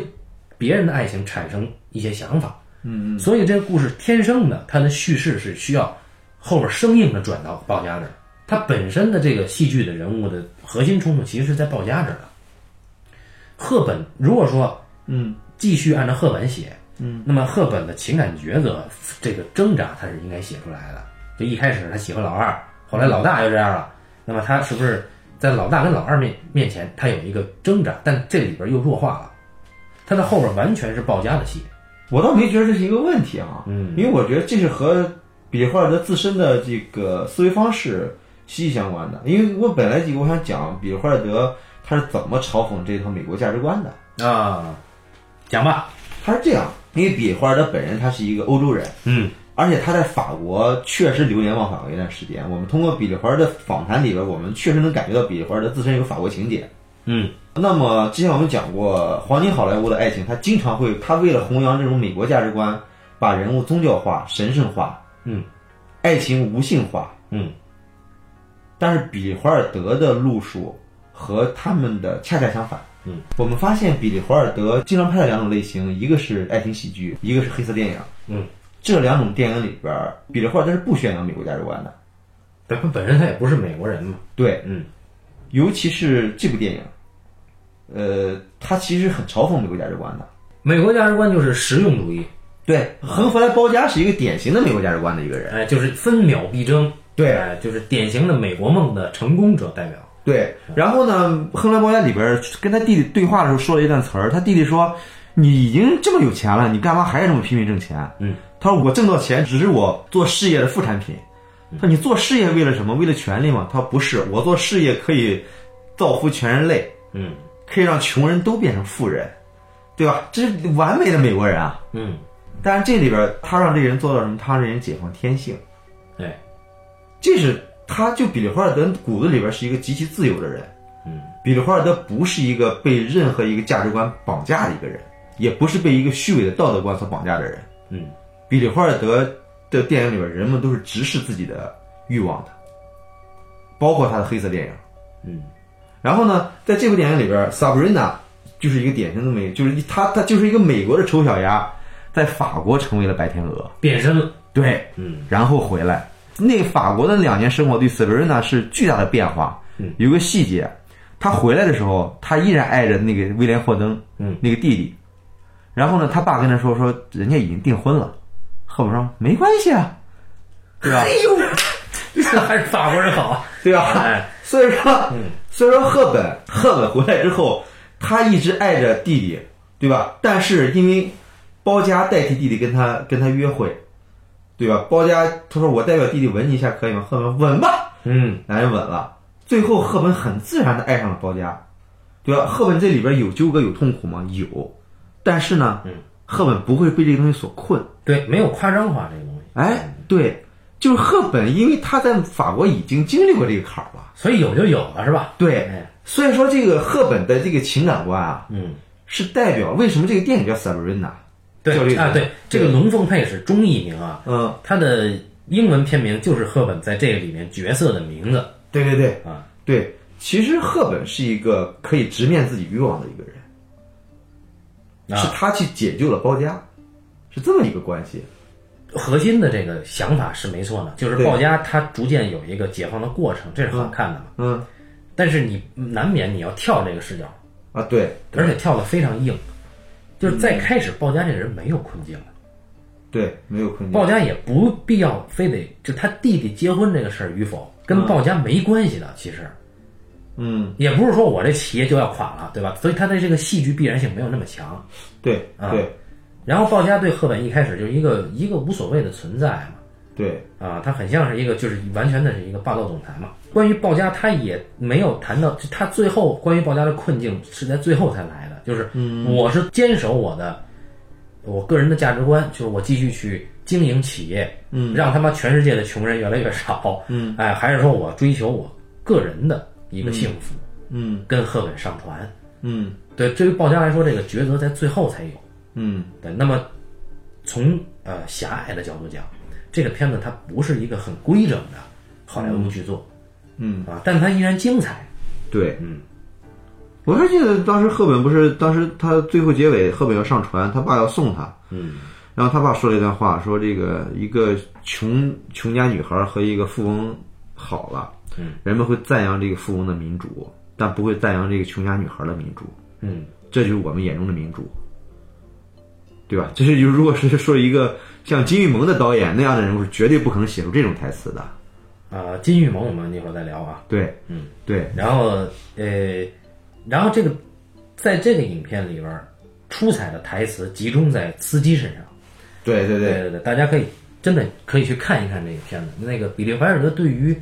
别人的爱情产生一些想法，嗯所以这个故事天生的它的叙事是需要后边生硬的转到鲍家那儿，它本身的这个戏剧的人物的核心冲突其实是在鲍家这儿的。赫本如果说嗯继续按照赫本写，嗯，那么赫本的情感抉择这个挣扎，他是应该写出来的。就一开始他喜欢老二，后来老大又这样了，那么他是不是在老大跟老二面面前，他有一个挣扎？但这里边又弱化了，他的后边完全是鲍家的戏。我倒没觉得这是一个问题啊，嗯因为我觉得这是和比利华尔德自身的这个思维方式息息相关的。因为我本来我想讲比利华尔德他是怎么嘲讽这套美国价值观的，啊，讲吧，他是这样，因为比利华尔德本人他是一个欧洲人，嗯而且他在法国确实流连忘返过一段时间。我们通过比利华尔德访谈里边，我们确实能感觉到比利华尔德自身有法国情节。嗯那么之前我们讲过，黄金好莱坞的爱情，它经常会，它为了弘扬这种美国价值观，把人物宗教化、神圣化，嗯，爱情无性化。嗯但是比利华尔德的路数和他们的恰恰相反。嗯，我们发现比利华尔德经常拍的两种类型，一个是爱情喜剧，一个是黑色电影。嗯，这两种电影里边，比利华尔德是不宣扬美国价值观的。但他本身他也不是美国人嘛，对，嗯尤其是这部电影，呃，它其实很嘲讽美国价值观的。美国价值观就是实用主义，对，亨弗莱·鲍家是一个典型的美国价值观的一个人。哎，就是分秒必争，对哎，就是典型的美国梦的成功者代表。对，然后呢，亨兰包家里边儿跟他弟弟对话的时候说了一段词儿，他弟弟说：“你已经这么有钱了，你干嘛还这么拼命挣钱？”嗯，他说：“我挣到钱只是我做事业的副产品。”他说：“你做事业为了什么？为了权利吗？”他说：“不是，我做事业可以造福全人类，嗯可以让穷人都变成富人，对吧？这是完美的美国人啊！嗯，但是这里边儿他让这人做到什么？他让这人解放天性，哎，这是他就比利华尔德骨子里边儿是一个极其自由的人。”嗯比利华尔德不是一个被任何一个价值观绑架的一个人，也不是被一个虚伪的道德观所绑架的人。嗯，比利华尔德的电影里边，人们都是直视自己的欲望的，包括他的黑色电影。嗯，然后呢，在这部电影里边，Sabrina 就是一个典型的美，就是他他就是一个美国的丑小鸭，在法国成为了白天鹅。变身了，对，嗯然后回来。那法国的两年生活对 Sabrina 是巨大的变化。嗯有个细节，她回来的时候，她依然爱着那个威廉霍登，嗯，那个弟弟。然后呢，他爸跟她说说，人家已经订婚了。赫本说没关系 啊，对吧？这 还是法国人好啊， 对吧？哎，所以说，所以说赫本赫本回来之后，她一直爱着弟弟，对吧？但是因为包家代替弟弟跟他跟他约会，对吧？包家他说我代表弟弟吻你一下可以吗？赫本吻吧，嗯男人吻了。最后赫本很自然的爱上了包家，对吧？赫本这里边有纠葛有痛苦吗？有，但是呢，嗯赫本不会被这个东西所困。对，没有夸张化这个东西。哎，对，就是赫本，因为他在法国已经经历过这个坎儿了，所以有就有了，是吧？对，哎，所以说这个赫本的这个情感观啊，嗯，是代表为什么这个电影叫 Sabrina，叫这对个啊，对，这个龙凤配是中译名啊，嗯，它的英文片名就是赫本在这个里面角色的名字对对对啊。对，其实赫本是一个可以直面自己欲望的一个人，啊是他去解救了包家，是这么一个关系，核心的这个想法是没错的，就是对鲍家他逐渐有一个解放的过程，这是好看的嘛。嗯但是你难免你要跳这个视角，啊，对嗯而且跳的非常硬。就是在开始，鲍家这人没有困境的，对，没有困境，鲍家也不必要非得就他弟弟结婚这个事儿与否跟鲍家没关系的，其实嗯，也不是说我这企业就要垮了，对吧？所以他的这个戏剧必然性没有那么强。对啊对然后鲍家对赫本一开始就是一个一个无所谓的存在嘛，对，啊，他很像是一个，就是完全的是一个霸道总裁嘛。关于鲍家，他也没有谈到，就他最后关于鲍家的困境是在最后才来的，就是我是坚守我的我个人的价值观，就是我继续去经营企业，嗯，让他妈全世界的穷人越来越少，嗯，哎，还是说我追求我个人的一个幸福，嗯跟赫本上船。嗯对，对于鲍家来说，这个抉择在最后才有。嗯对，呃那么从呃狭隘的角度讲，这个片子它不是一个很规整的好莱坞剧作嗯，啊，但它依然精彩。对，嗯，我还记得当时赫本不是，当时他最后结尾赫本要上船，他爸要送他，嗯，然后他爸说了一段话，说这个一个穷穷家女孩和一个富翁好了，嗯，人们会赞扬这个富翁的民主，但不会赞扬这个穷家女孩的民主，嗯，这就是我们眼中的民主，对吧？这是就如果是说一个像金玉盟的导演那样的人物，是绝对不可能写出这种台词的，啊、金玉盟我们一会儿再聊啊。对，嗯，对，然后呃，然后这个在这个影片里边儿，出彩的台词集中在司机身上。对对对，对对，大家可以真的可以去看一看这个片子。那个比利怀尔德对于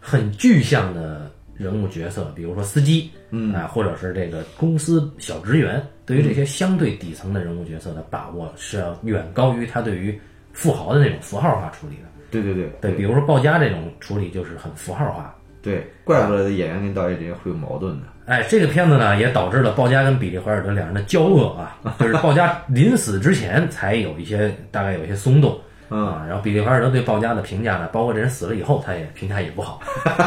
很具象的人物角色，比如说司机，嗯啊，或者是这个公司小职员，对于这些相对底层的人物角色的把握是要远高于他对于富豪的那种符号化处理的。对对对对，比如说鲍家这种处理就是很符号化。对，怪不得演员跟导演之间会有矛盾的。哎，这个片子呢，也导致了鲍家跟比利怀尔德两人的交恶啊，就是鲍家临死之前才有一些大概有一些松动。啊，然后比利怀尔德对鲍家的评价呢，包括这人死了以后，他也评价也不好，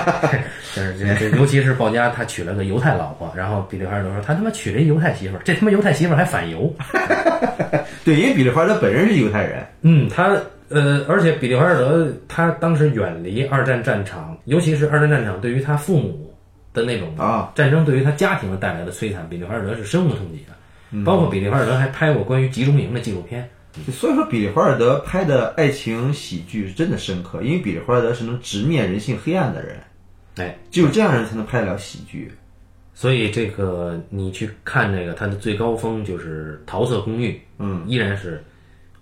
就是这这，尤其是鲍家他娶了个犹太老婆，然后比利怀尔德说他他妈娶了一犹太媳妇儿，这他妈犹太媳妇儿还反犹，对，因为比利华德本身是犹太人，嗯，他呃，而且比利怀尔德他当时远离二战战场，尤其是二战战场对于他父母的那种啊战争对于他家庭的带来的摧残，比利怀尔德是深恶痛疾的。嗯包括比利怀尔德还拍过关于集中营的纪录片，所以说比利华尔德拍的爱情喜剧是真的深刻，因为比利华尔德是能直面人性黑暗的人，哎，只有这样的人才能拍得了喜剧。所以这个你去看这个它的最高峰就是《桃色公寓》，嗯，依然是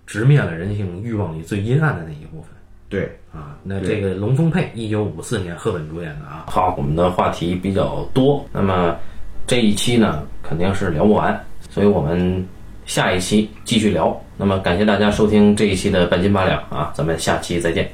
直面了人性欲望里最阴暗的那一部分。对，啊，那这个《龙凤配》，一九五四年赫本主演的啊。好，我们的话题比较多，那么这一期呢肯定是聊不完，所以我们下一期继续聊。那么感谢大家收听这一期的半斤八两啊，咱们下期再见。